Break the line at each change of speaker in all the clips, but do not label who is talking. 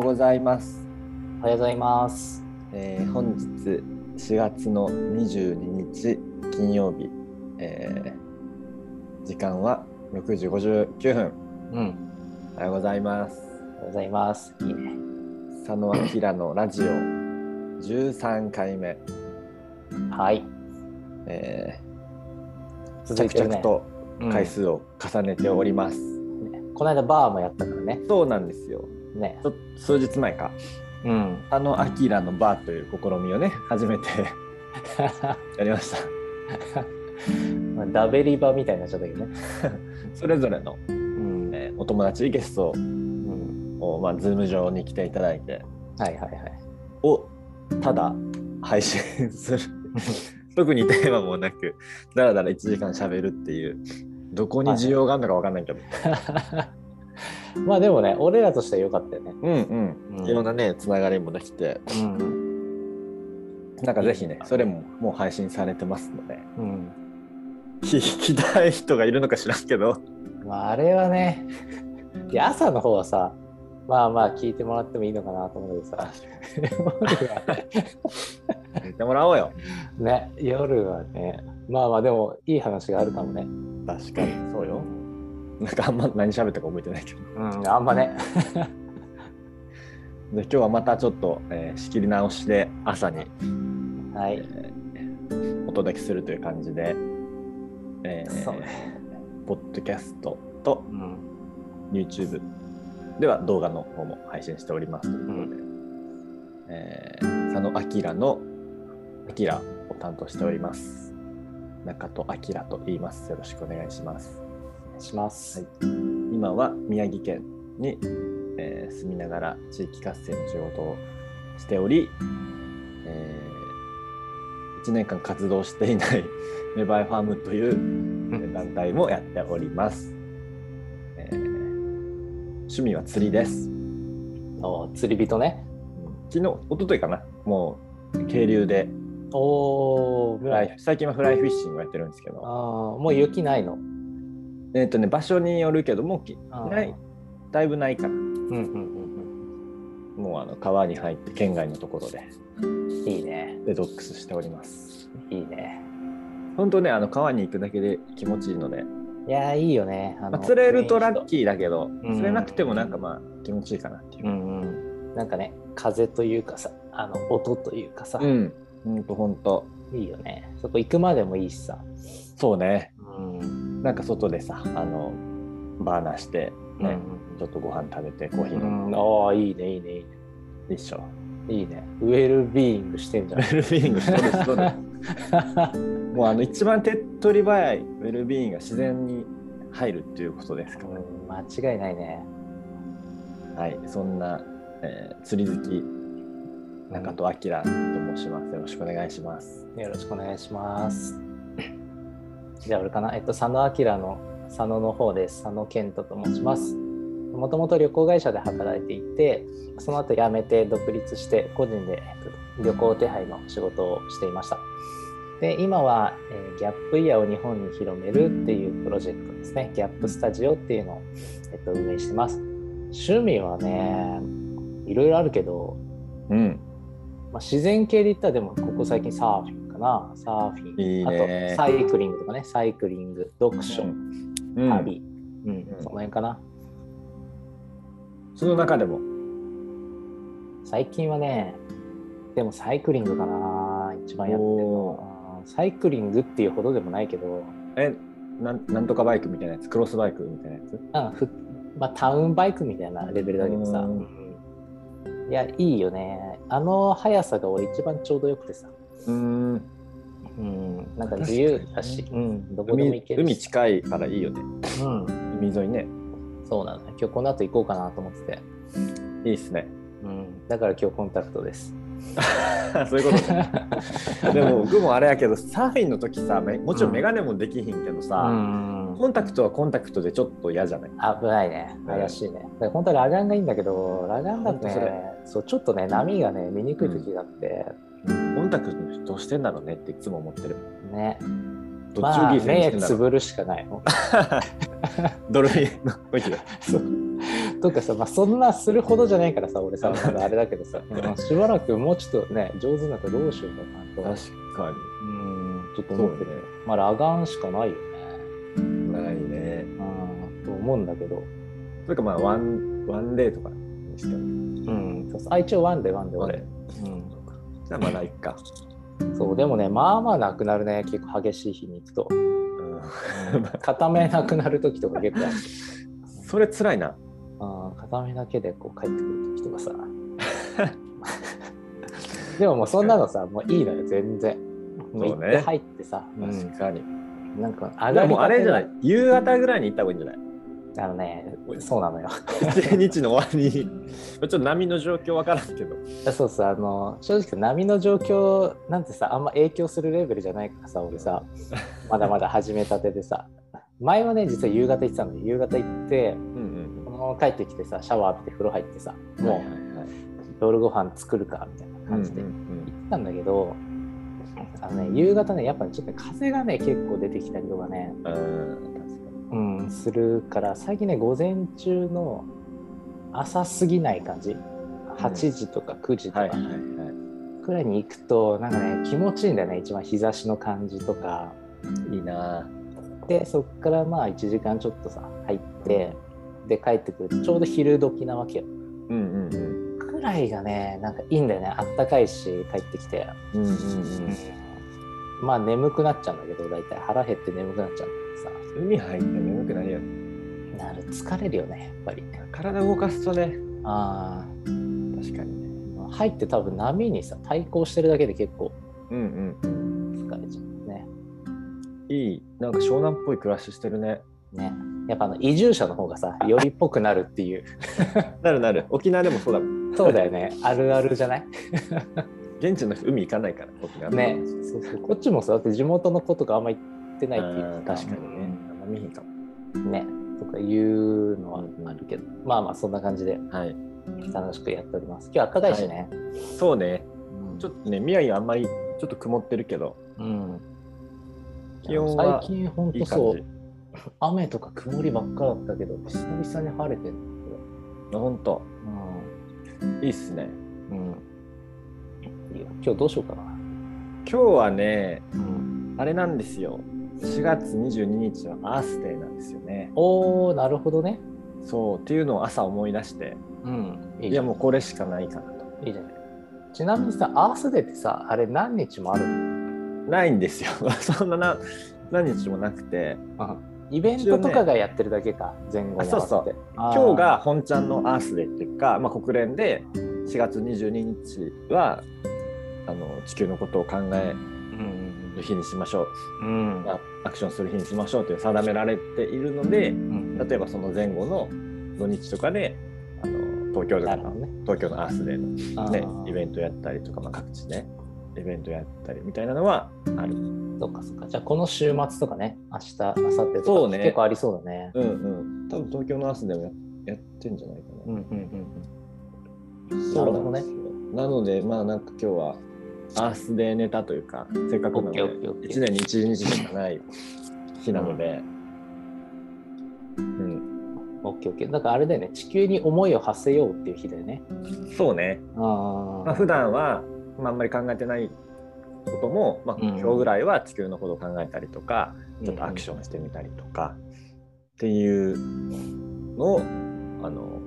ございます。
おはようございます。
えー本日4月の22日金曜日、えー時間は6時59分。
うん。
おはようございます。
おはようございます。いいね。
佐野明のラジオ13回目、
はい。
えー
続いて
着
るね
々。と回数を重ねております。
うんねこの間バーもやったからね。
そうなんですよ。
ね
ち。ょ数日前か
うん。
佐野明のバーという試みをね初めてやりました。
まあダベリバみたいになっちゃったけどね。
それぞれの、
うん
えーお友達ゲスト
うん。
を、まあ、ズーム上に来ていただいて
はいはいはい。
をただ配信す る特にテーマもなくだらだら1時間しゃべるっていうどこに需要があるのか分かんないけど、
まあでもね、俺らとしては良かったよね。
うん
う
うんいろんなねつながりもできて
うん。
なんかぜひねそれももう配信されてますの で
うん。
聞きたい人がいるのか知らんけど
まああれはね、 いや朝の方はさ、まあまあ聞いてもらってもいいのかなと思うんだけどさ、夜 は
言ってもらおうよ
ね、夜はね、まあまあでもいい話があるかもね。
確かにそうよなんかあんま何喋ったか覚えてないけどで
うん、あんまね。
今日はまたちょっと、えー仕切り直しで朝に
はい。
お届けするという感じで、えー
そうね。
ポッドキャストと
うん。
YouTube では動画の方も配信しておりますということで、えー佐野明の「明」を担当しております中戸明と言いますよろしくお願いします
お願いします。
はい今は宮城県に、えー住みながら地域活性の仕事をしており、え1年間活動していない メバイファームという団体もやっております、えー趣味は釣りです
お釣り人ね。
昨日一昨日かなもう渓流で
おー、
フライ最近はフライフィッシングをやってるんですけ
あ
ど
ーもう雪ないの。
えっ、とね場所によるけどもうき
あー
ないだいぶないから
うんうんうん
もうあの川に入って県外のところで
うん。いいね。
デトックスしております。
いいね。
本当ね、あの川に行くだけで気持ちいいので、
いやー、いいよね。あの
まあ、釣れるとラッキーだけど、
うん
釣れなくてもなんかまあ気持ちいいかなっていう
う。んうん。なんかね、風というかさ、あの音というかさ、
うん、ほんとほんと。
いいよね。そこ行くまでもいいしさ。
そうね、
うん。
なんか外でさ、あの、バーナーして、
う
ね、
ん
ちょっとご飯食べてコーヒー
う
飲ん
ん、
で、
ああ、いいね、いいね、いいね。
一緒。
いいね。ウェルビーイングしてんじゃ
ウ
ん。
ェルビーイング、そうです、そうです。もうあの一番手っ取り早いウェルビーイングが自然に入るっていうことですから、
うん間違いないね。
はい、そんな、えー釣り好き、中戸明と申します。よろしくお願いします。
よろしくお願いします。じゃあ、俺かな。えっと、佐野明の佐野の方です。佐野健人と申します。もともと旅行会社で働いていて、その後辞めて独立して、個人で、えっと旅行手配の仕事をしていました。で、今は、えーギャップイヤーを日本に広めるっていうプロジェクトですね。ギャップスタジオっていうのを、えっと、運営してます。趣味はね、いろいろあるけど、
うん、
まあ、自然系で言ったらでもここ最近サーフィンかなサーフィン
いいね
あとサイクリングとかねサイクリング読書、
うん
旅、うん
うん
その辺かな
その中でも、
最近はねでもサイクリングかな一番やってるのはサイクリングっていうほどでもないけど
えなん、なんとかバイクみたいなやつ、クロスバイクみたいなやつ。
なんかふ、まあ、タウンバイクみたいなレベルだけどさ、
うん
いやいいよねあの速さが俺一番ちょうどよくてさ、
うん、
うん、なんか自由だし、
確
うん、どこでも
海
行ける
海
し、
近いからいいよね。
うん、
海沿いね、
そうなのよ今日この後行こうかなと思ってて
いいっすね。
うん、だから今日コンタクト です。
そういうことね。でも 僕もあれやけど、サーフィンの時さ、めもちろん
うん
メガネもできひんけど
う
さ、
ん
コンタクトはコンタクトでちょっと嫌じゃない。
危ないね。怪しいね。だから本当はラガンがいいんだけど、ラガンだとね
本当それ、
そうちょっとね、波がね、見にくい時があって、
コンタクトの人どうしてんだろうねっていつも思ってる。
ね、
どっち
ま
を
あ、
優先
目
してんだ
つ
ろう。
ぶるしかない。
ドルフィンの動きで。
そう とかさ、まあ、そんなするほどじゃないからさ、俺さ、まだあれだけどさ、うんしばらくもうちょっとね、上手になったらどうしようかなと、
確か
うん、ちょっと
に。
思ってる。まあ、裸眼しかないよね。
そうね。ないね。
うん、と思うんだけど、
それかまあ、ワン、ワンデーとかにしても。
うん、そうそうあ、一応ワンでワンで俺。うん
じゃあまだいっか。
そうでもねまあまあなくなるね結構激しい日に行くと
うん
片目なくなる時とか結構ある
それ辛いな。
あー片目だけでこう帰ってくる時とかさ でももうそんなのさもういいのよ全然もう行
そう
っ
ね
て入ってさ、うん
確かに。
なんか上
で
がり
もあれじゃないい夕方ぐらいに行った方がいいんじゃない
あのねそうなの よ
一日の終わりに。 ちょっと波の状況わからんけど。
そうそうあの正直波の状況なんてさあんま影響するレベルじゃないからさ俺さまだまだ始めたてでさ前はね実は夕方行ってたので夕方行っ
う
て
んうん
このまま帰ってきてさシャワー浴びて風呂入ってさ
うん。
も
はいうはいはい
夜ご飯作るかみたいな感じで
うんう
行っ
ん
てたんだけど、あのね、夕方ねやっぱちょっとね風がね結構出てきたりとかね、
うんうん確かに
うん、するから最近ね午前中の朝過ぎない感じ8時とか9時と
はい
か
はいは
くらいに行くとなんかね気持ちいいんだよね一番日差しの感じとか
い。いいな
でそっからまあ1時間ちょっとさ入ってで帰ってくるとちょうど昼時なわけよ
うんうんうん。
くらいがねなんかいいんだよねあったかいし帰ってきて、
うんうんうん。
まあ眠くなっちゃうんだけど大体腹減って眠くなっちゃうんだ
海入って眠くなるよね。
けどさなる疲れるよねやっぱり
体動かすとね。
あ
確かにね。
あ入って多分波にさ対抗してるだけで結構
うんうん
疲れちゃうね
うん。いい。なんか湘南っぽい暮らししてるね。
ねやっぱあの移住者の方がさよりっぽくなるっていう
なるなる。沖縄でもそうだもん。
そうだよ ねあるあるじゃない
現地の人海行かないから、沖縄
ねそうそうこっちもさだって地元の子とかあんま行ってないっていう
あー確かにね。あんま見ひんかも。
ねとかいうのはあるけど、まあまあそんな感じで
はい。
楽しくやっております。今日暖かいしね。
そうね。
うん
ちょっとね、宮城あんまりちょっと曇ってるけど、
うん、
気温は
最近本
いい
当
感
そう
じ。
雨とか曇りばっかだったけど久々に晴れてる、
あほんと、いいっすね。
うんうん、いいよ今日どうしようかな、
今日はね、
うん、
あれなんですよ。4月22日はアースデーなんですよね。
おーなるほどね、
そう、っていうのを朝思い出して、
うん、いい
い
じゃ
や
ん
もうこれしかないかなと。
いいじゃんちなみにさアースデーってさあれ何日もあるの
ないんですよ。 そんなな何日もなくて、
イベントとかがやってるだけか、前後に合わせて
あそうそう今日が本ちゃんのアースデーっていうか、まあ、国連で4月22日はあの地球のことを考え
うん
る日にしましょう、
うん
まあアクションする日にしましょうという定められているので
うん
例えばその前後の土日とかであの東京と
な
か
るほどね
東京のアースデーの、
あ
ね
ー、
イベントやったりとか、まあ、各地ねイベントやったりみたいなのはある。
そっかそっか。じゃあこの週末とかね、明日、明後日
そ
と
う
か
ね
結構ありそうだね。
うんうん、多分東京のアースデーもややってんじゃないかな。
うんうんうん
そうなん
な
で
る
すよなので、まあなんか今日はアースデーネタというか、せっかくなので、
オッケーオッケーオッケー
1年に1日しかない日なので、うん、
うん。オッケーオッケー。だからあれだよね、地球に思いを馳せようっていう日だよね。
そうね。
あ
まあ普段は、まあ、あんまり考えてないことも、まあ
う
今
ん
日ぐらいは地球のことを考えたりとか、ちょっとアクション
し
してみたりとか、っていうのを、あの、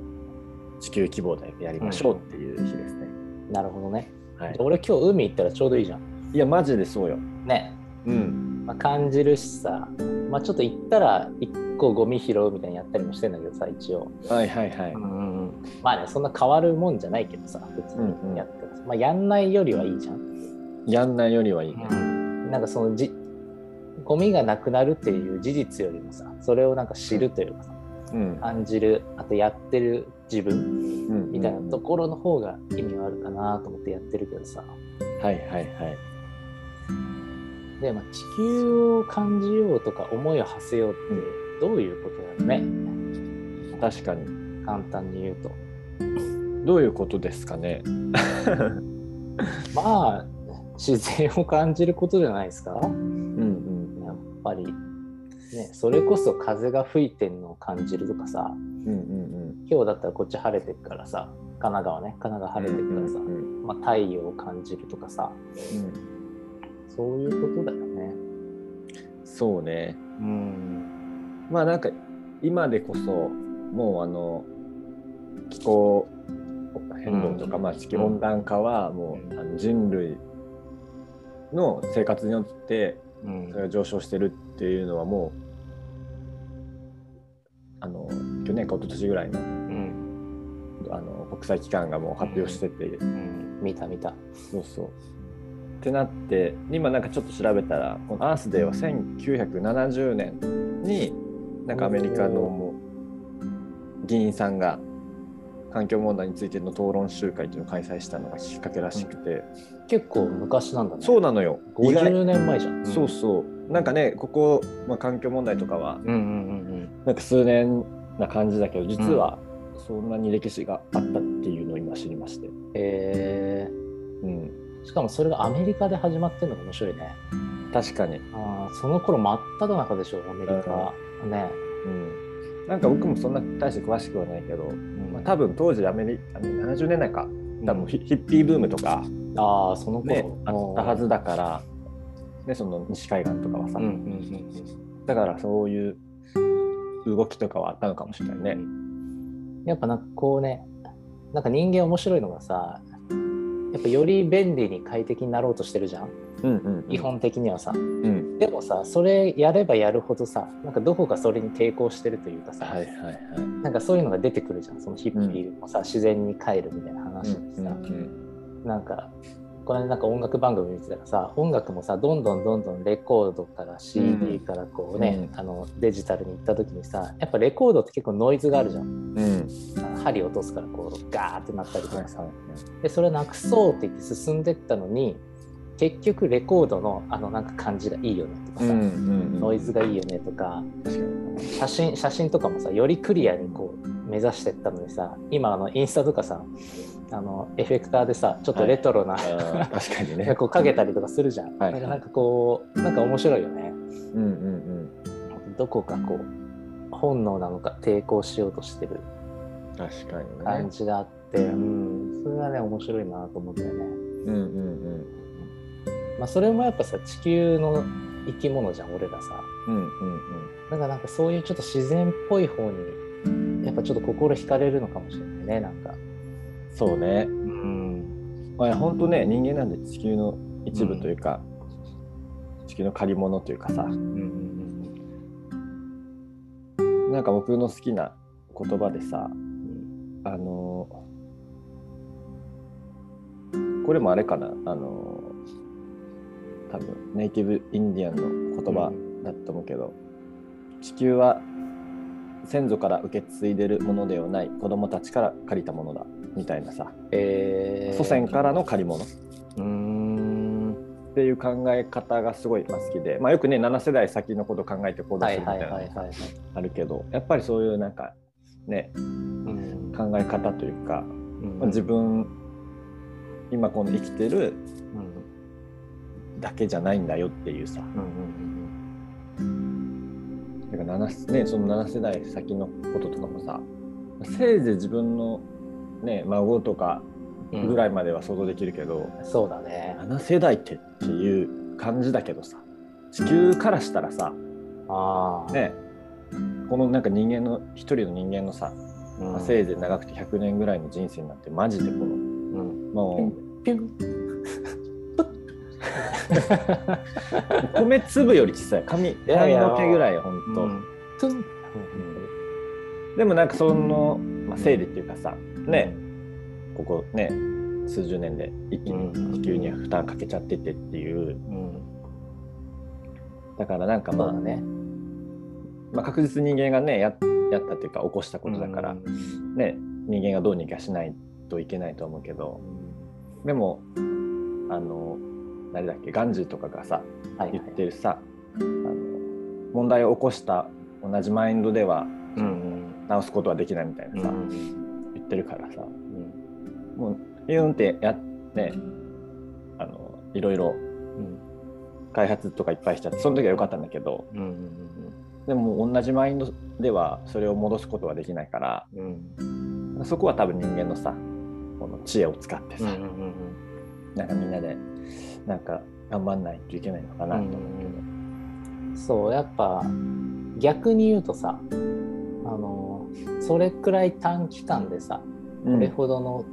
地球規模でやりましょうっていう日ですね。
て。なるほどね。
はい
じゃあ、俺今日海行ったらちょうどいいじゃん。
いや、マジでそうよ。
ね。
うん。
まあ、感じるしさ、まあ、ちょっと行ったら一個ゴミ拾うみたいにやったりもしてんだけどさ、一応。
はいはいはい。
まあね、そんな変わるもんじゃないけどさ、別
うんうん
にやってます。まあやんないよりはいいじゃん。
やんないよりはいいね。
なんかそのじゴミがなくなるっていう事実よりもさそれをなんか知るというかさ
うん
感じるあとやってる自分
うん
みたいなところの方が意味はあるかなと思ってやってるけどさ
はいはいはい
で、まあ、地球を感じようとか思いを馳せようってどういうことだろうね
確かに
簡単に言うと
どういうことですかね
まあ自然を感じることじゃないですか
うん
やっぱり、ね、それこそ風が吹いてんのを感じるとかさ
うんうんうん
今日だったらこっち晴れてるからさ神奈川ね神奈川晴れてるからさ、
うん
まあ、太陽を感じるとかさ
うん
そういうことだよね
そうね
うん
まあなんか今でこそもうあの気候変動とか、
うん
まあ地球温暖化はもう、
うん
あの人類の生活によって
うん
それが上昇してるっていうのはもうあの去年か一昨年ぐらいの
うん
あの国際機関がもう発表してて、
うん見た見た
そうそう。ってなって今なんかちょっと調べたらこの「アースデー」は1970年になんかアメリカの
お
議員さんが環境問題についての討論集会っていうのを開催したのがきっかけらしくて、
ー結構昔なんだね
そうなのよ意外
50年前じゃん
そうそうなんかねここ、まあ、環境問題とかは
うんうんうんうん
なんか数年な感じだけど実はそんなに歴史があったっていうのを今知りまして、
え
うん、
ーしかもそれがアメリカで始まってるのが面白いね
確かに
あーその頃真っ只中でしょアメリカ、ね、
うん、なんか僕もそんな大して詳しくはないけど、
うん
まあ、多分当時アメリカ70年代か多分
うん
ヒヒッピーブームとか、
ああその頃、
ね、あったはずだから、ね、その西海岸とかはさ、
うんうんうん
だからそういう動きとかはあったのかもしれな
う
いね。
んやっぱなんかこうねなんか人間面白いのがさやっぱより便利に快適になろうとしてるじゃん
うんうんうん
基本的にはさ、
うん
でもさそれやればやるほどさなんかどこかそれに抵抗してるというかさ、
はいはいはい。
なんかそういうのが出てくるじゃんそのヒッピーもさ、自然に帰るみたいな話でさ、
うん
なんかこの間なんか音楽番組見てたらさ音楽もさどんどんどんどんレコードから CD からこうね、あのデジタルに行った時にさやっぱレコードって結構ノイズがあるじゃん
うんうん
針落とすからこうガーってなったりと
はいは
か
い
さ、
はい
でそれなくそうって言って進んでったのに結局レコードのあのなんか感じがいいよねとかさ、
うん
ノイズがいいよねとか
確かに
写真写真とかもさよりクリアにこう目指してったのにさ今あのインスタとかさあのエフェクターでさちょっとレトロな、
あー確かに
なんか
ね。
こうかけたりとかするじゃん。
はい
だからなんかこうなんか面白いよね。
うんうん
どこかこう本能なのか抵抗しようとしてる
うん確かにね。
感じがあって、うん、それはね面白いなと思ったよね。
うんうん
まあそれもやっぱさ地球の生き物じゃん俺らさ。
うんうんうんうん。
だからなんかそういうちょっと自然っぽい方にやっぱちょっと心惹かれるのかもしれないねなんか。
そうね。
うん。
まあ、本当ね人間なんで地球の一部というか、地球の借り物というかさ
うんうん
なんか僕の好きな言葉でさ
うん
あのーこれもあれかなあのー多分ネイティブインディアンの言葉だと思うけど、地球は先祖から受け継いでるものではない子供たちから借りたものだみたいなさ
えー、
祖先からの借り物
うーん
っていう考え方がすごいまあ好きで、まあ、よくね7世代先のことを考えて行動
は
す
い
るみた
はいい
な
はいはい
の
はい。
あるけどやっぱりそういうなんかね
うん
考え方というか、
うん
まあ、自分今この生きてる
うん
だけじゃないんだよっていうさ
うんうん
だから7、ね、その7世代先のこととかもさせいぜい自分の、ね、孫とか
うんうん
ぐらいまでは想像できるけど、
そうだね
7世代ってっていう感じだけどさ地球からしたらさ
ああ、
ねこのなんか人間の一人の人間のさ、
うん
まあせいぜい長くて100年ぐらいの人生なんてマジでこの
うん
も
ピュン
う米粒より小さい髪
いやい
髪
や
の毛ぐらいよほんと、
うんトゥン
でもなんかその、まあ、整理っていうかさねここね数十年で一気
うん
に地球には負担かけちゃっててっていう
うん
だからなんか
そ
ま
う
あ
だ、ね
まあ、確実に人間がねややったっていうか起こしたことだから、
うん
ね人間がどうにかしないといけないと思うけどでもあの誰だっけガンジーとかがさ
はいはい
言ってるさ、あの問題を起こした同じマインドでは
うん
直すことはできないみたい
うん
なさ、
うん
言ってるからさ
うん
もうビューンってやってあのいろいろ開発とかいっぱいしちゃってその時は良かったんだけど
うんうん
でも同じマインドではそれを戻すことはできないから
うん
そこは多分人間のさこの知恵を使ってさ、
うんうん
なんかみんなでなんか頑張んないといけないのかなと思うけど、
うんそうやっぱ逆に言うとさあのそれくらい短期間でさ
う
こ
ん
れほどの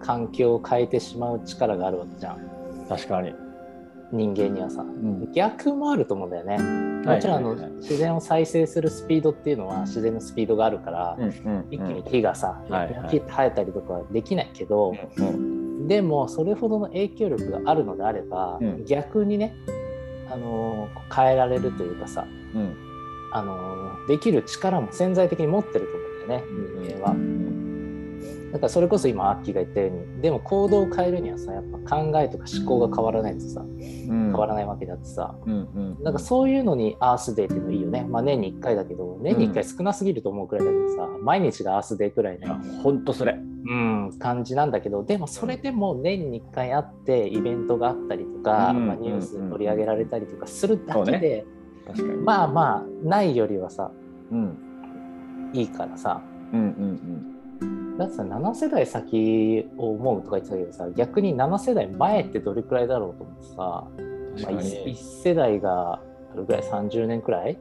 環境を変えてしまう力があるわけじゃん
確かに、
人間にはさ
うん
逆もあると思うんだよねもちろんあの
はいはいはい
自然を再生するスピードっていうのは自然のスピードがあるから、
うんうん
一気に木がさ、
はいはい
ピッと生えたりとかはできないけど、
うんうん
でもそれほどの影響力があるのであれば、
うん
逆にね、あのーこう変えられるというかさ、
うん
あのーできる力も潜在的に持ってると思うんだよね人間は。
うん
だからそれこそ今アッキーが言ったようにでも行動を変えるにはさやっぱ考えとか思考が変わらないとさ変わらないわけだってさ、
うんうん
なんかそういうのにアースデーっていうのいいよね、まあ、年に1回だけど年に1回少なすぎると思うくらいだけどさ、毎日がアースデーくらい
いや
の、
ほんとそれ
うん、感じなんだけどでもそれでも年に1回あってイベントがあったりとか、
うん
まあ、ニュースで取り上げられたりとかするだ
そう
けで、
確かに
まあまあないよりはさ
うん
いいからさ
うんうん
だってさ7世代先を思うとか言ってたけどさ逆に7世代前ってどれくらいだろうと思ってさ、
うん
ま
確
あ、
か
1,
に
世代がどれくらい30年くらい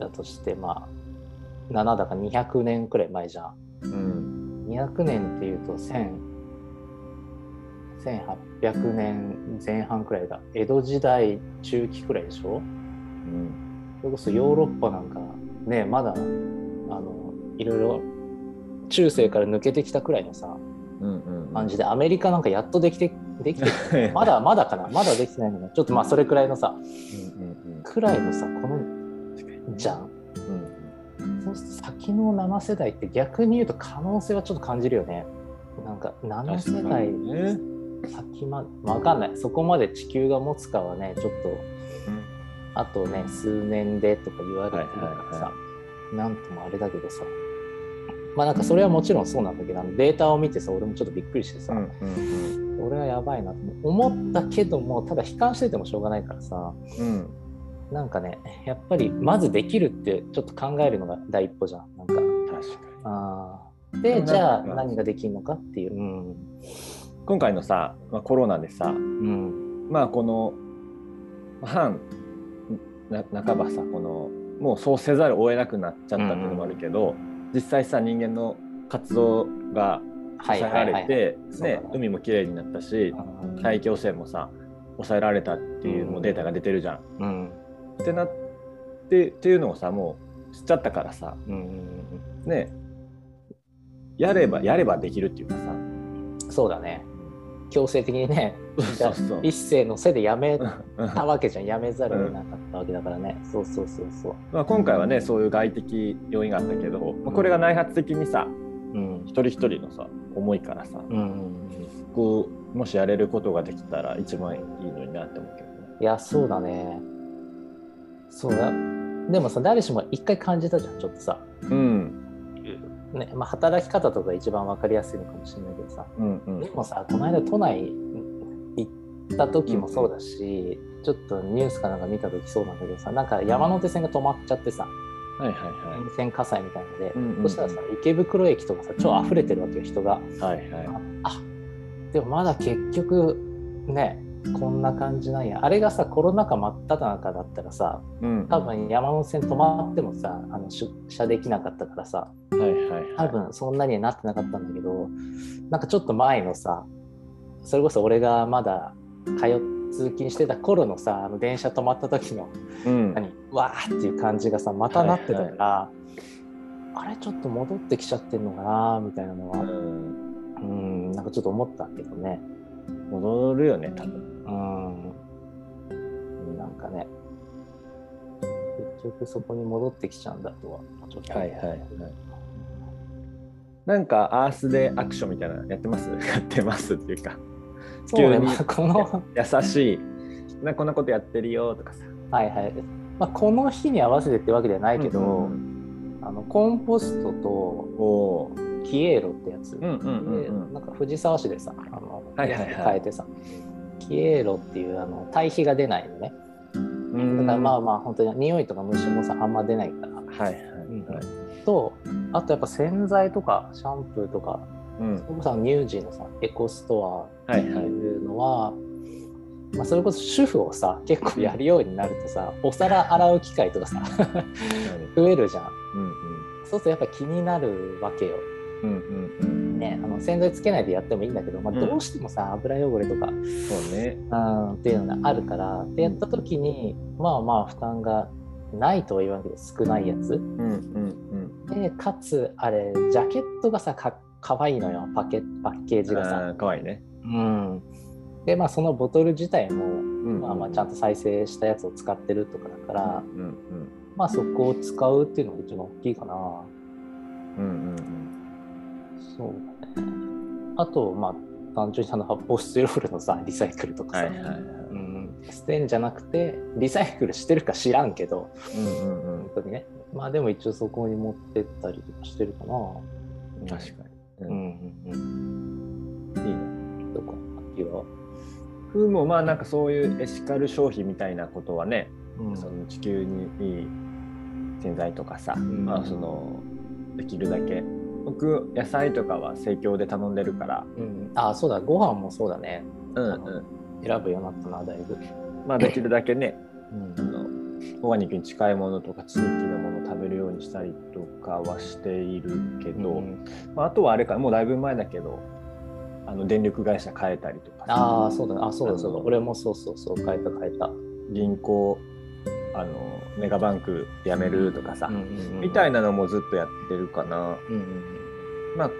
だとしてまあ7だから200年くらい前じゃん
うん
200年っていうと1000 1800年前半くらいが江戸時代中期くらいでしょ
うん
それこそヨーロッパなんかねまだあのいろいろ中世から抜けてきたくらいのさ
うんうん
感じでアメリカなんかやっとできてできて まだまだかなまだできてないのかなちょっとまあそれくらいのさ
うんうん
くらいのさこの
うん確かに
じゃん
うん
そうすると先の7世代って逆に言うと可能性はちょっと感じるよねなんか7世代
ね
先まで分かんないそこまで地球が持つかはねちょっとあとね数年でとか言われてるからさ、
はいは
なんともあれだけどさまあなんかそれはもちろんそうなんだけどあのデータを見てさ俺もちょっとびっくりしてさ、
うんうん
俺はやばいなと思ったけどもただ悲観しててもしょうがないからさ
うん
なんかねやっぱりまずできるってちょっと考えるのが第一歩じゃんなんか
確かに
あー
で
で
も
じゃあ
なんか
何ができるのかっていううん
今回のさ、まあ、コロナでさ
うん
まあこの半な半ばさこのもうそうせざるを得なくなっちゃったっていうのもあるけど、実際さ人間の活動が
はい
抑え
は
ら
いは
れ
い
て、
そうだ
ね
ね、
海も綺麗になったし
うん
大気汚染もさ抑えられたっていうもうデータが出てるじゃん。
うん
ってなってっていうのをさもう知っちゃったからさ
うん
ねやればやればできるっていうかさ
そうだね強制的にね
そうそう
一世のせいでやめ
うん
たわけじゃんやめざるを得なかったわけだからね、そうそうそうそう
まあ、今回はねそういう外的要因があったけど、まあ、これが内発的にさ
うん
一人一人のさ思いからさ
うん
こうもしやれることができたら一番いいのになって思うけどね。
いやそうだねそうだでもさ誰しも一回感じたじゃんちょっとさ、
うん
ねまあ、働き方とか一番わかりやすいのかもしれないけどさ
うんうん
でもさこの間都内行った時もそうだし、ちょっとニュースかなんか見た時そうなんだけどさなんか山手線が止まっちゃってさ
はいはいは
沿線火災みたいので、
うんうんうん
そしたらさ池袋駅とかさ超溢れてるわけよ人
い
が。
はいはい
あでもまだ結局ねこんな感じなんやあれがさコロナ禍真っ只中だったらさ
うん
多分山手線止まってもさあの出社できなかったからさ
はいはいは
多
い
分そんなにはなってなかったんだけどなんかちょっと前のさそれこそ俺がまだ通っ通勤してた頃のさあの電車止まった時の
うん
何わーっていう感じがさまたなってたから、あれちょっと戻ってきちゃってんのかなみたいなのは
うん
うんなんかちょっと思ったけどね
戻るよね多分
うんなんかね結局そこに戻ってきちゃうんだとはちょっと
はいはいはいなんかアースデーアクションみたいなのやってます やってますっていうか
そうね、
急に
まあ、この
優しいなこんなことやってるよとかさ
はいはい、まあ、この日に合わせてってわけじゃないけど、
うん
あのコンポストと
おー
キエロってやつ、
うんうんうんうん
でなんか藤沢市でさあの、
はいはいはい
変えてさキエロっていうあの堆肥が出ないのね
うん
だからま
あ
あまあ本当に匂いとか虫もさあんま出ないから
はいはいはい
とあとやっぱ洗剤とかシャンプーとか
うん
それこそあの乳児のさエコストアって
はいはい
いうのは、まあ、それこそ主婦をさ結構やるようになるとさお皿洗う機会とかさ 増えるじゃん
うん
そうするとやっぱ気になるわけよ
うんうんうん
ねあの洗剤つけないでやってもいいんだけど、まあ、
うん
どうしてもさ油汚れとか、
うんそうね
うん、っていうのがあるからでやった時にまあまあ負担がないとは言わんけど少ないやつ
うんうん
でかつあれジャケットがさかかわいいのよパケパッケー
う
ジ
ん
がさ。
あーかわいいね
うん、でまあそのボトル自体も、
うん
まあ、まあちゃんと再生したやつを使ってるとかだから、
うんうん
まあそこを使うっていうのが一番大きいかな。
うんうん
そうだね。あとまあ単純にあの発泡スチロールのさリサイクルとか
は
さ、
いはいはい
うん、捨てんじゃなくてリサイクルしてるか知らんけど
うんうん
本当にねまあでも一応そこに持ってったりとかしてるかな。
うん確か
う
に
んうんうん
うんいいね
うん。とか秋は。
風もまあなんかそういうエシカル消費みたいなことはね
うん
その地球にいい洗剤とかさ、
ん
まあ、そのできるだけ僕野菜とかは生協で頼んでるから、
うん、あそうだご飯もそうだね
うん
うん選ぶようになったなだいぶ。
まあ、できるだけね
うん
あのオーガニックに近いものとか地域のものを食べるようにしたりとかはしているけど、
うん
まあ、あとはあれかもうだいぶ前だけどあの電力会社変えたりとかさ
ああそうだねあそうだそうだ俺もそうそうそう変えた変えた、
銀行あのメガバンク辞めるとかさ、み
み
たい
な、
なのもずっとやってるかな。
うんうん
まあ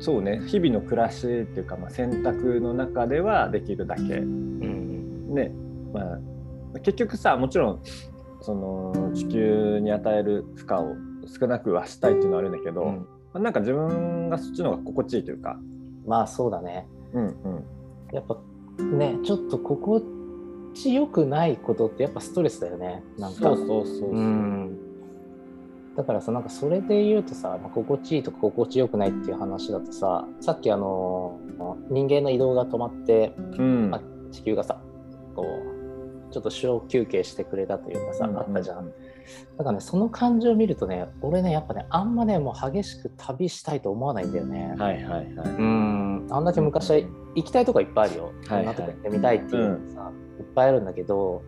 そうね日々の暮らしっていうか、まあ、選択の中ではできるだけ
うんうん
ね、まあ、結局さもちろんその地球に与える負荷を少なくはしたいっていうのはあるんだけど、
う
ま
ん
あなんか自分がそっちの方が心地いいというか、
まあそうだね
うんうん、
やっぱねちょっと心地よくないことってやっぱストレスだよねなんか
そうそうそうそう、
うんだからさなんかそれで言うとさ、まあ、心地いいとか心地よくないっていう話だとささっきあの人間の移動が止まって、
うん
まあ、地球がさこうちょっと小休憩してくれたというかさ、あったじゃん
う
だからね、その感じを見るとね、俺ね、やっぱね、あんまね、もう激しく旅したいと思わないんだよね。
はいはいはい、
うん、あんだけ昔は行きたいとこはいっぱいあるよ。
はいはい
こんなとこ行ってみたいっていうのがさ、いっぱいあるんだけど、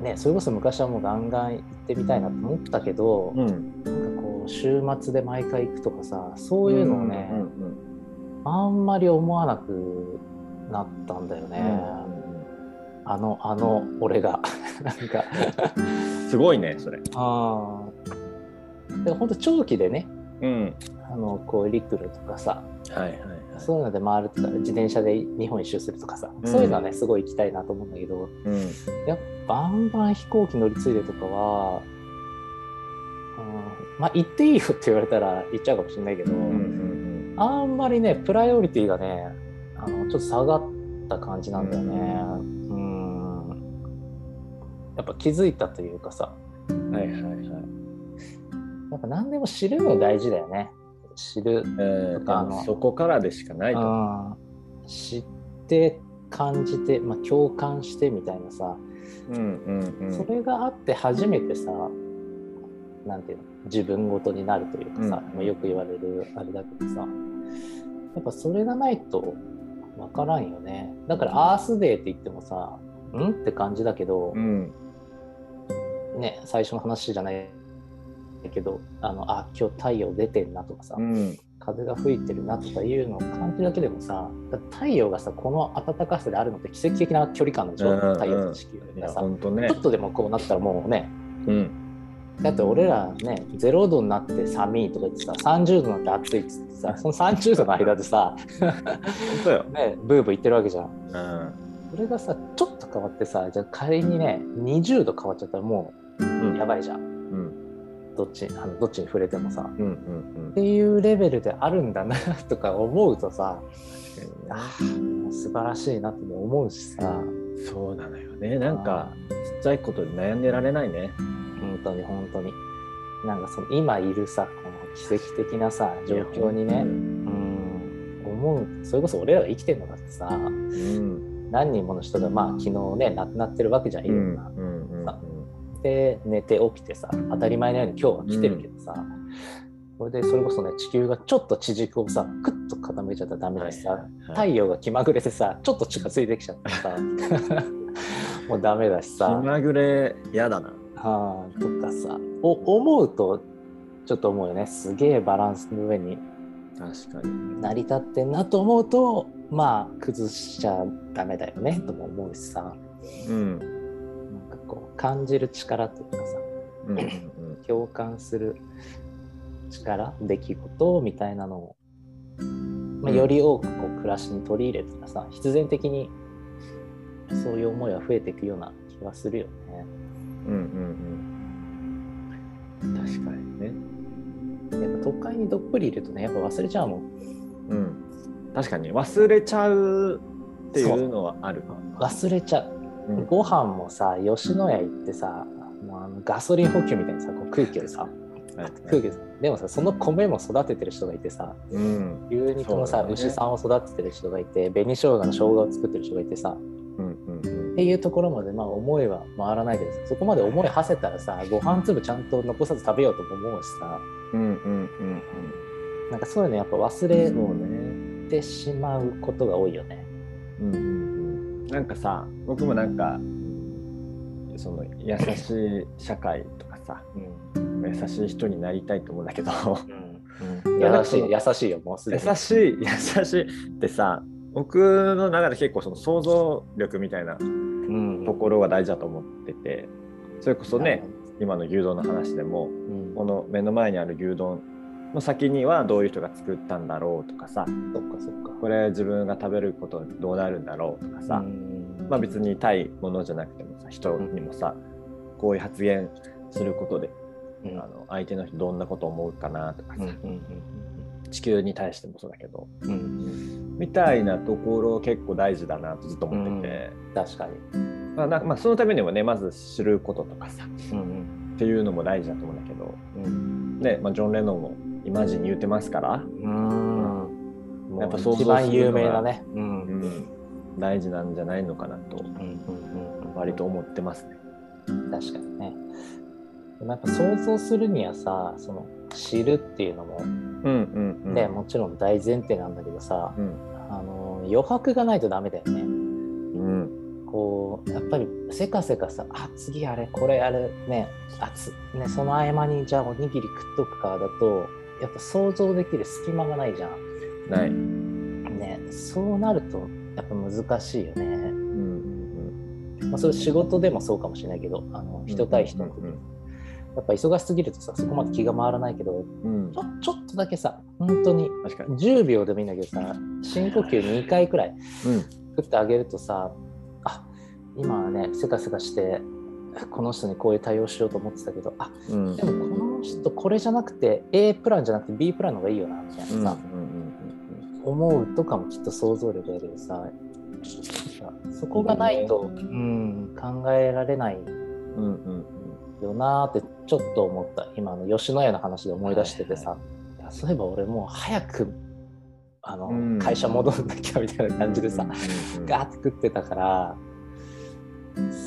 ね、それこそ昔はもうガンガン行ってみたいなと思ったけど、
うん、
なんかこう、週末で毎回行くとかさ、そういうのをね、
うんうん
あんまり思わなくなったんだよね。
うん
あの、あの、俺が。 なんか。
すごいねそれ、
ああ。で本当長期でね、
うん、
あのこう陸路とかさ、
はいはいはい
そういうので回るとか自転車で日本一周するとかさ、
うん
そういうのはねすごい行きたいなと思うんだけど
うん
やっぱバンバン飛行機乗り継いでとかは、うん、まあ行っていいよって言われたら行っちゃうかもしれないけど、
うんうん
あんまりねプライオリティがねあのちょっと下がった感じなんだよね。うんやっぱ気づいたというかさ
うんはいはいはい
やっぱ何でも知るの大事だよね知る
えー、
とか
で
あの
もそこからでしかないと。
うん知って感じて、まあ、共感してみたいなさ、
うんうんうん
それがあって初めてさなんていうの自分ごとになるというかさ、
うん
まあ、よく言われるあれだけどさやっぱそれがないと分からんよねだからアースデーって言ってもさんって感じだけど、
うん
ね最初の話じゃないけどあのあ今日太陽出てんなとかさ、
うん
風が吹いてるなとかいうのを感じるだけでもさだって太陽がさこの暖かさであるのって奇跡的な距離感でしょ、
うんうん
太陽と地球
い
が
や
さ、
本当ね
ちょっとでもこうなったらもうね
うん
だって俺らね0度になって寒いとか言ってさ30度になって暑いっつってさその30度の間でさ、
本当よ、
ね、ブーブー言ってるわけじゃん
うん
それがさちょっと変わってさじゃあ仮にね20度変わっちゃったらも
う
うやばいじゃん、
うん
どっちあのどっちに触れてもさ
うんうん
っていうレベルであるんだなとか思うとさ
う
あー素晴らしいなとも思うしさ
んそうなのよねなんかちっちゃいことで悩んでられないね
本当に本当になんかその今いるさこの奇跡的なさ状況にねうん思うそれこそ俺らが生きてるのだってさ
うん
何人もの人がまあ昨日ね亡くなってるわけじゃんいろんな。で寝て起きてさ当たり前のように今日は来てるけどさ、これでそれこそね地球がちょっと地軸をさクッと傾いちゃったらダメだしさ、太陽が気まぐれでさちょっと近づいてきちゃったらさ もうダメだしさ
気まぐれ嫌だな。
あーとかさお思うとちょっと思うよねすげえバランスの上に
確かに。
成り立ってんなと思うとまあ崩しちゃダメだよねとも思うしさ
うん。
なんかこう感じる力というかさ
うんうん
共感する力出来事みたいなのを、まあ、
うん
より多くこう暮らしに取り入れてたさ必然的にそういう思いは増えていくような気がするよね。
うんうんうんうん。確かにね。
やっぱ都会にどっぷりいるとねやっぱ忘れちゃうもん
うん。確かに忘れちゃうっていうのはある。
忘れちゃう
うん
ご飯もさ吉野家行ってさもうあのガソリン補給みたいにさこう空気をさ
はい
空気をさでもさその米も育ててる人がいてさ
うん
牛肉もさ、
そうだね
牛さんを育ててる人がいて紅生姜の生姜を作ってる人がいてさ
うんうんうん
っていうところまでまあ思いは回らないけどそこまで思い馳せたらさご飯粒ちゃんと残さず食べようとも思うしさ
うんうんうん
なんかそういうのやっぱ
うん。
忘
そうね。
れてしまうことが多いよね。
うんうんうんなんかさ僕もなんかその優しい社会とかさ
うん
優しい人になりたいと思うんだけど
うん、優しい優しいよもうすで
優
に。
しい優しいってさ僕の中で結構その想像力みたいな
うん
ところが大事だと思っててそれこそね今の牛丼の話でも
うん
この目の前にある牛丼の先にはどういう人が作ったんだろうとかさ
そっかそっか。
これ自分が食べることでどうなるんだろうとかさ、
うん
まあ、別に対ものじゃなくてもさ人にもさ、こういう発言することで、
うん
あの相手の人どんなこと思うかなとかさ、
うんうん
地球に対してもそうだけど
うんうん
みたいなところ結構大事だなとずっと思ってて、
確かに。
まあなんかまあ、そのためにもねまず知ることとかさ
うん
っていうのも大事だと思うんだけど
うん
で、まあ、ジョン・レノンもイマジン言うてますから、
うん
やっぱ
もう
想像す
一
るのが
番有名なね。うん
うん大事なんじゃないのかなと割と思ってますね。
確かにねでもやっぱ想像するにはさその知るっていうのも、
うんうんうん
ねもちろん大前提なんだけどさ、
うん
あの余白がないとダメだよね
うん
こうやっぱりせかせかさあ次あれこれあれねあつねその合間にじゃあおにぎり食っとくかだとやっぱ想像できる隙間がないじゃん
ない、
ねそうなるとやっぱ難しいよね、
うんうん
まあ、それ仕事でもそうかもしれないけどあの
うん、
人対人の
うん
時、
うん
やっぱ忙しすぎるとさそこまで気が回らないけど
うん
ちょちょっとだけさ、本当に
確かに。
10秒でもいいんだけどさ、深呼吸2回くらい
うん、
振ってあげるとさ、あ今はね、せかせかして、この人にこういう対応しようと思ってたけど、あ
うん
でもこの人、これじゃなくて、A プランじゃなくて B プランの方がいいよな、みたいなさ、思うとかもきっと想像力が出るさ、そこがないと、うん、考えられない
うんうんうん
よなーってちょっと思った今あの吉野家の話で思い出しててさ、いやそういえば俺もう早くあの、
うん
会社戻んなきゃみたいな感じでさ、ガーって食ってたから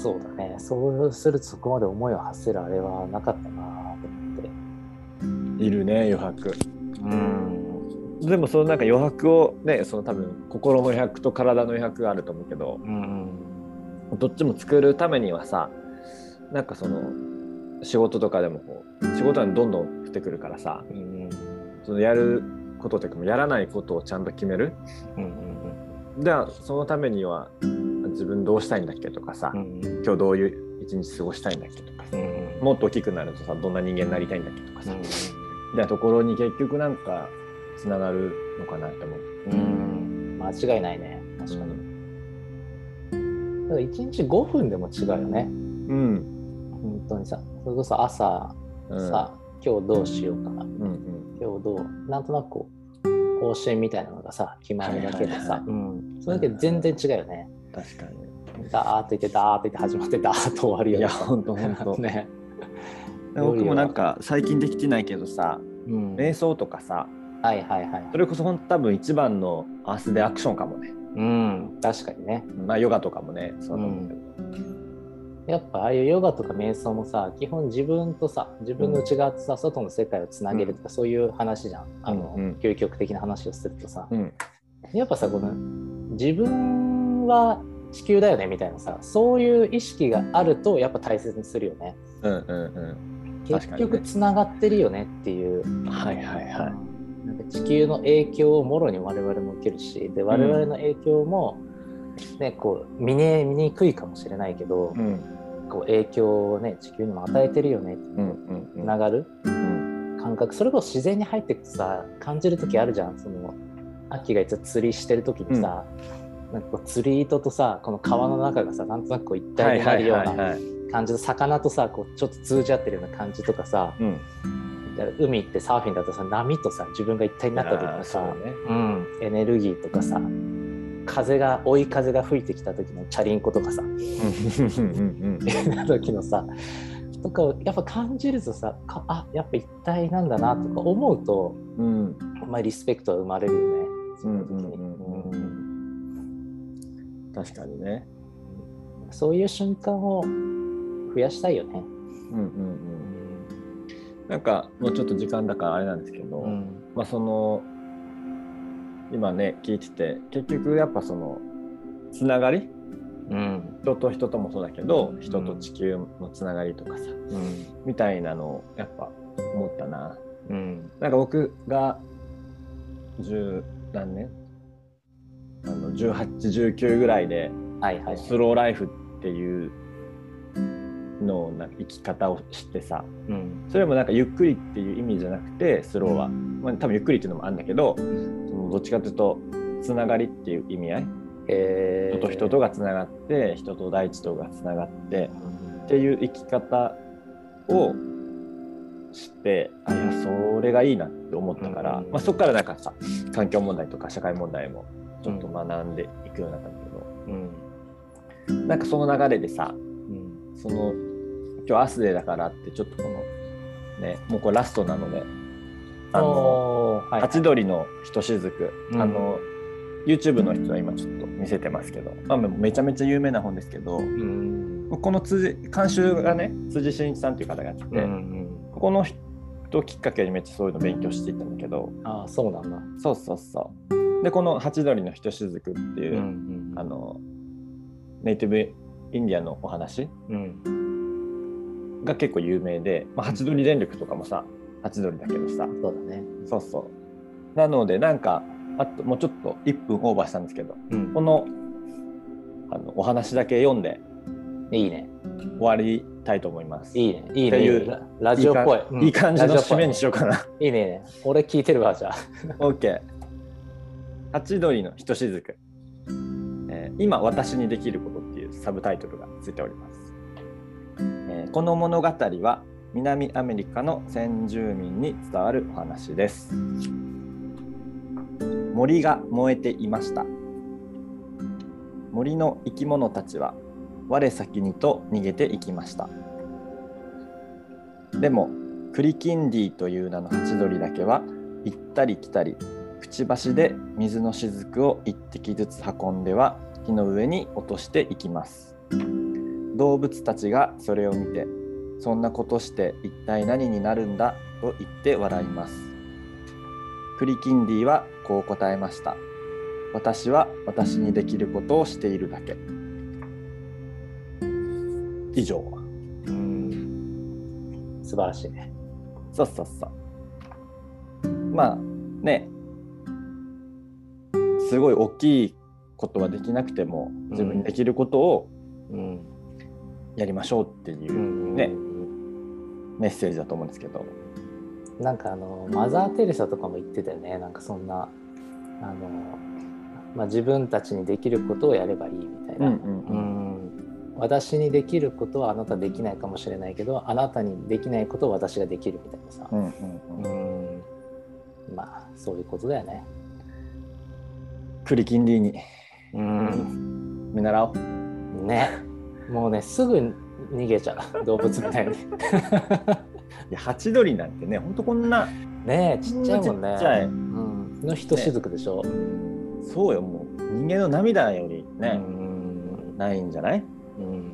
そうだねそうするとそこまで思いを馳せるあれはなかったなーと思って
いるね余白
うん
でもそのなんか余白をねその多分心の余白と体の余白があると思うけど
うん
どっちも作るためにはさなんかその仕事とかでもこう仕事はどんどん降ってくるからさ
うん
そのやることというかもうやらないことをちゃんと決める
うん
じゃあそのためには自分どうしたいんだっけとかさ、
うんうん
今日どういう一日過ごしたいんだっけとかさ
うん
もっと大きくなるとさどんな人間になりたいんだっけとかさ、
う
みたいなところに結局なんかつながるのかなって思う。
ん間違いないね確かに、だから1日5分でも違うよね
うん。
本当にさそれこそ朝
うん、
さ、今日どうしようかな
うんうん。
今日どうなんとなくこう方針みたいなのがさ決まるだけで
はいはいはい
さ
はい
うんそれだけで全然違うよね
確かに。
ダーッと言ってダーッと言って始まっ てダーッと終わるよ
い
ね
や、ほんとほんと。
ね
僕もなんか最近できてないけどさ、
うん
瞑想とかさ、
はいはいはい
それこそほんと多分一番の明日でアクションかもね。
うん、確かにね。
まあヨガとかもねそうだと思うけど、
やっぱああいうヨガとか瞑想もさ、基本自分とさ、自分の内側とさ、外の世界をつなげるとか、そういう話じゃん。あの、
うんうん
究極的な話をするとさ、
うん
やっぱさ、この自分は地球だよねみたいなさ、そういう意識があると、やっぱ大切にするよね。
うんうん確
結
かにね
局つながってるよねっていう。
うんはいはいはい
なんか地球の影響をもろに我々も受けるしで我々の影響も、ねこう見,、ね、見にくいかもしれないけど、
うん
こう影響を、ね、地球にも与えてるよね
うんうんう
つ
ん
ながる
うん
感覚それこそ自然に入ってくとさ感じる時あるじゃんその秋がいつも釣りしてる時にさ、なんかこう釣り糸とさこの川の中がさなんとなくこう一
は
体
い
にな
は
る
い
よう
はい
な
はい
感じの魚とさこうちょっと通じ合ってるような感じとかさ
うん
海行ってサーフィンだとさ波とさ自分が一体になった時
あー
の
そ
さ
うね
うん、エネルギーとかさ風が追い風が吹いてきた時のチャリンコとかさ
うんうんうん
時のさとかをやっぱ感じるとさかあやっぱ一体なんだなとか思うと、
うん うん
まあ、リスペクトは生まれるよねそういう時
う
に、
んうんうんうん確かにね。
うんそういう瞬間を増やしたいよね。
うんうんうん。なんかもうちょっと時間だからあれなんですけど、
うん
まあその今ね聞いてて結局やっぱそのつながり
うん
人と人ともそうだけど人と地球のつながりとかさ、
うん
みたいなのをやっぱ思ったな。
うん
なんか僕が十何年あの1819ぐらいで
はいはい。
スローライフっていうのをなんか生き方をしてさ
うん
それもなんかゆっくりっていう意味じゃなくてスローは、まあ、多分ゆっくりっていうのもあるんだけどそのどっちかというとつながりっていう意味合い
え
人
ー
と人とがつながって人と大地とがつながって
うん
っていう生き方をしてあいやそれがいいなって思ったから、
うん
まあ、そこからなんかさ環境問題とか社会問題もちょっと学んでいくようになったんだけど、
うん
なんかその流れでさ
うん
その今日アースデーだからってちょっとこのねもうこれラストなのであの
おーはい
ハチドリのひとしずく、
うん
あの YouTube の人は今ちょっと見せてますけど、まあ、めちゃめちゃ有名な本ですけど
うん
この辻監修がね辻真一さんという方がやってて、
うん
ここの人きっかけにめっちゃそういうの勉強していったんだけど
ああそうなんだ。
そうそうそうでこの「ハチドリのひとしずく」っていう、
うん
あのネイティブインディアンのお話
うん
が結構有名で、まあ、ハチドリ電力とかもさハチドリだけどさ
そうだね。
そうそうなのでなんかあともうちょっと1分オーバーしたんですけど
うん
このあのお話だけ読んで
いいね。
終わりたいと思います
いいね。いい
って
ね。
いう
いいララジオっぽい
いか。
うん
いい感じの
ラジオっぽ
締
い
めにしようかな
いいねいいね。俺聞いてるわ、じゃあ。
OK ハチドリのひとしずく、えー今私にできることっていうサブタイトルがついております、えーこの物語は南アメリカの先住民に伝わるお話です森が燃えていました森の生き物たちは我先にと逃げていきましたでもクリキンディという名のハチドリだけは行ったり来たりくちばしで水の雫を一滴ずつ運んでは火の上に落としていきます動物たちがそれを見てそんなことして一体何になるんだと言って笑いますクリキンディはこう答えました私は私にできることをしているだけ以上
うん素晴らしいね。
そうそうそう。まあね、すごい大きいことはできなくても自分にできることを
うん。
やりましょうって
う
いうんねメッセージだと思うんですけど。
なんかあの、マザー・テレサとかも言ってたよね。なんかそんな、あの、まあ、自分たちにできることをやればいいみたいな。うん私にできることはあなたできないかもしれないけどあなたにできないことを私ができるみたいなさ
う、んうんうん
うん、まあそういうことだよね。
クリキンディに見習おう。
ねもうねすぐ逃げちゃう動物みたい に。
いやハチドリなんてね、ほんとこんな
ねえちっちゃいもんね。
ちっちゃい
うん、のひとしずくでしょ。
すそうよもう人間の涙より
う
ね、
ん
ないんじゃない
うん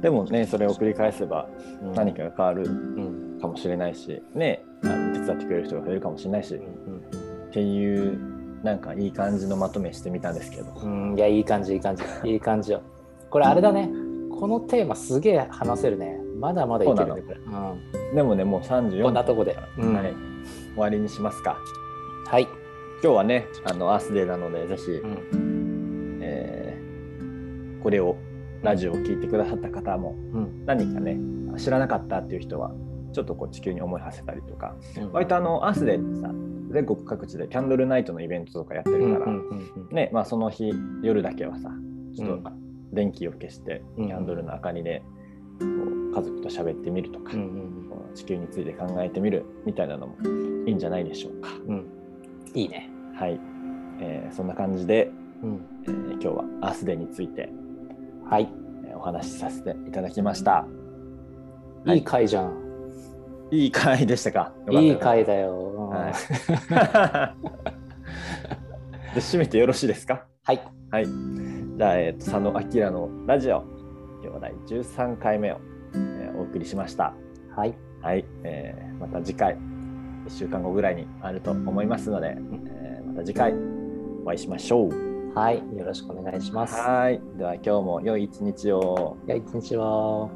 でもねそれを繰り返せば
うん
何かが変わる
うん
かもしれないしねあの手伝ってくれる人が増えるかもしれないし
う
っ
ん
ていうなんかいい感じのまとめしてみたんですけど
うんいやいい感じいい感 じいい感じよこれあれだねこのテーマすげえ話せるねまだまだいけるねこれ、うん、
でもねもう34
こんなとこで、うん
はい、終わりにしますか
はい、
今日はねあのアースデーなのでぜひ、
うん
えーこれをラジオを聞いてくださった方も
うん
何かね知らなかったっていう人はちょっとこう地球に思い馳せたりとか
うん、
割とあのアースデーってさ全国各地でキャンドルナイトのイベントとかやって
う
る
ん
か
う
ら、
んうん
ねまあ、その日夜だけはさちょ
う
っ
ん
と電気を消してキ
うん
ャンドルの明かりでこう家族と喋ってみるとか、
うんうん
こう地球について考えてみるみたいなのもいいんじゃないでしょうか。
うんうんいいね、
はい、えーそんな感じで、
うん、
えー今日はアースデーについて
はい
えーお話しさせていただきました。はい
いい回じゃん、
いい回でしたか。よかった
いい回。だよ、うん
はいで締めてよろしい ですか。
はい
はい。じゃあ、えーと佐野明のラジオ、今日は第13回目を、えーお送りしました。
はい
はい、えーまた次回、1週間後ぐらいにあると思いますので、えーまた次回お会いしましょう。
はいよろしくお願いします
はい。では今日も良い一日を。
いや一日は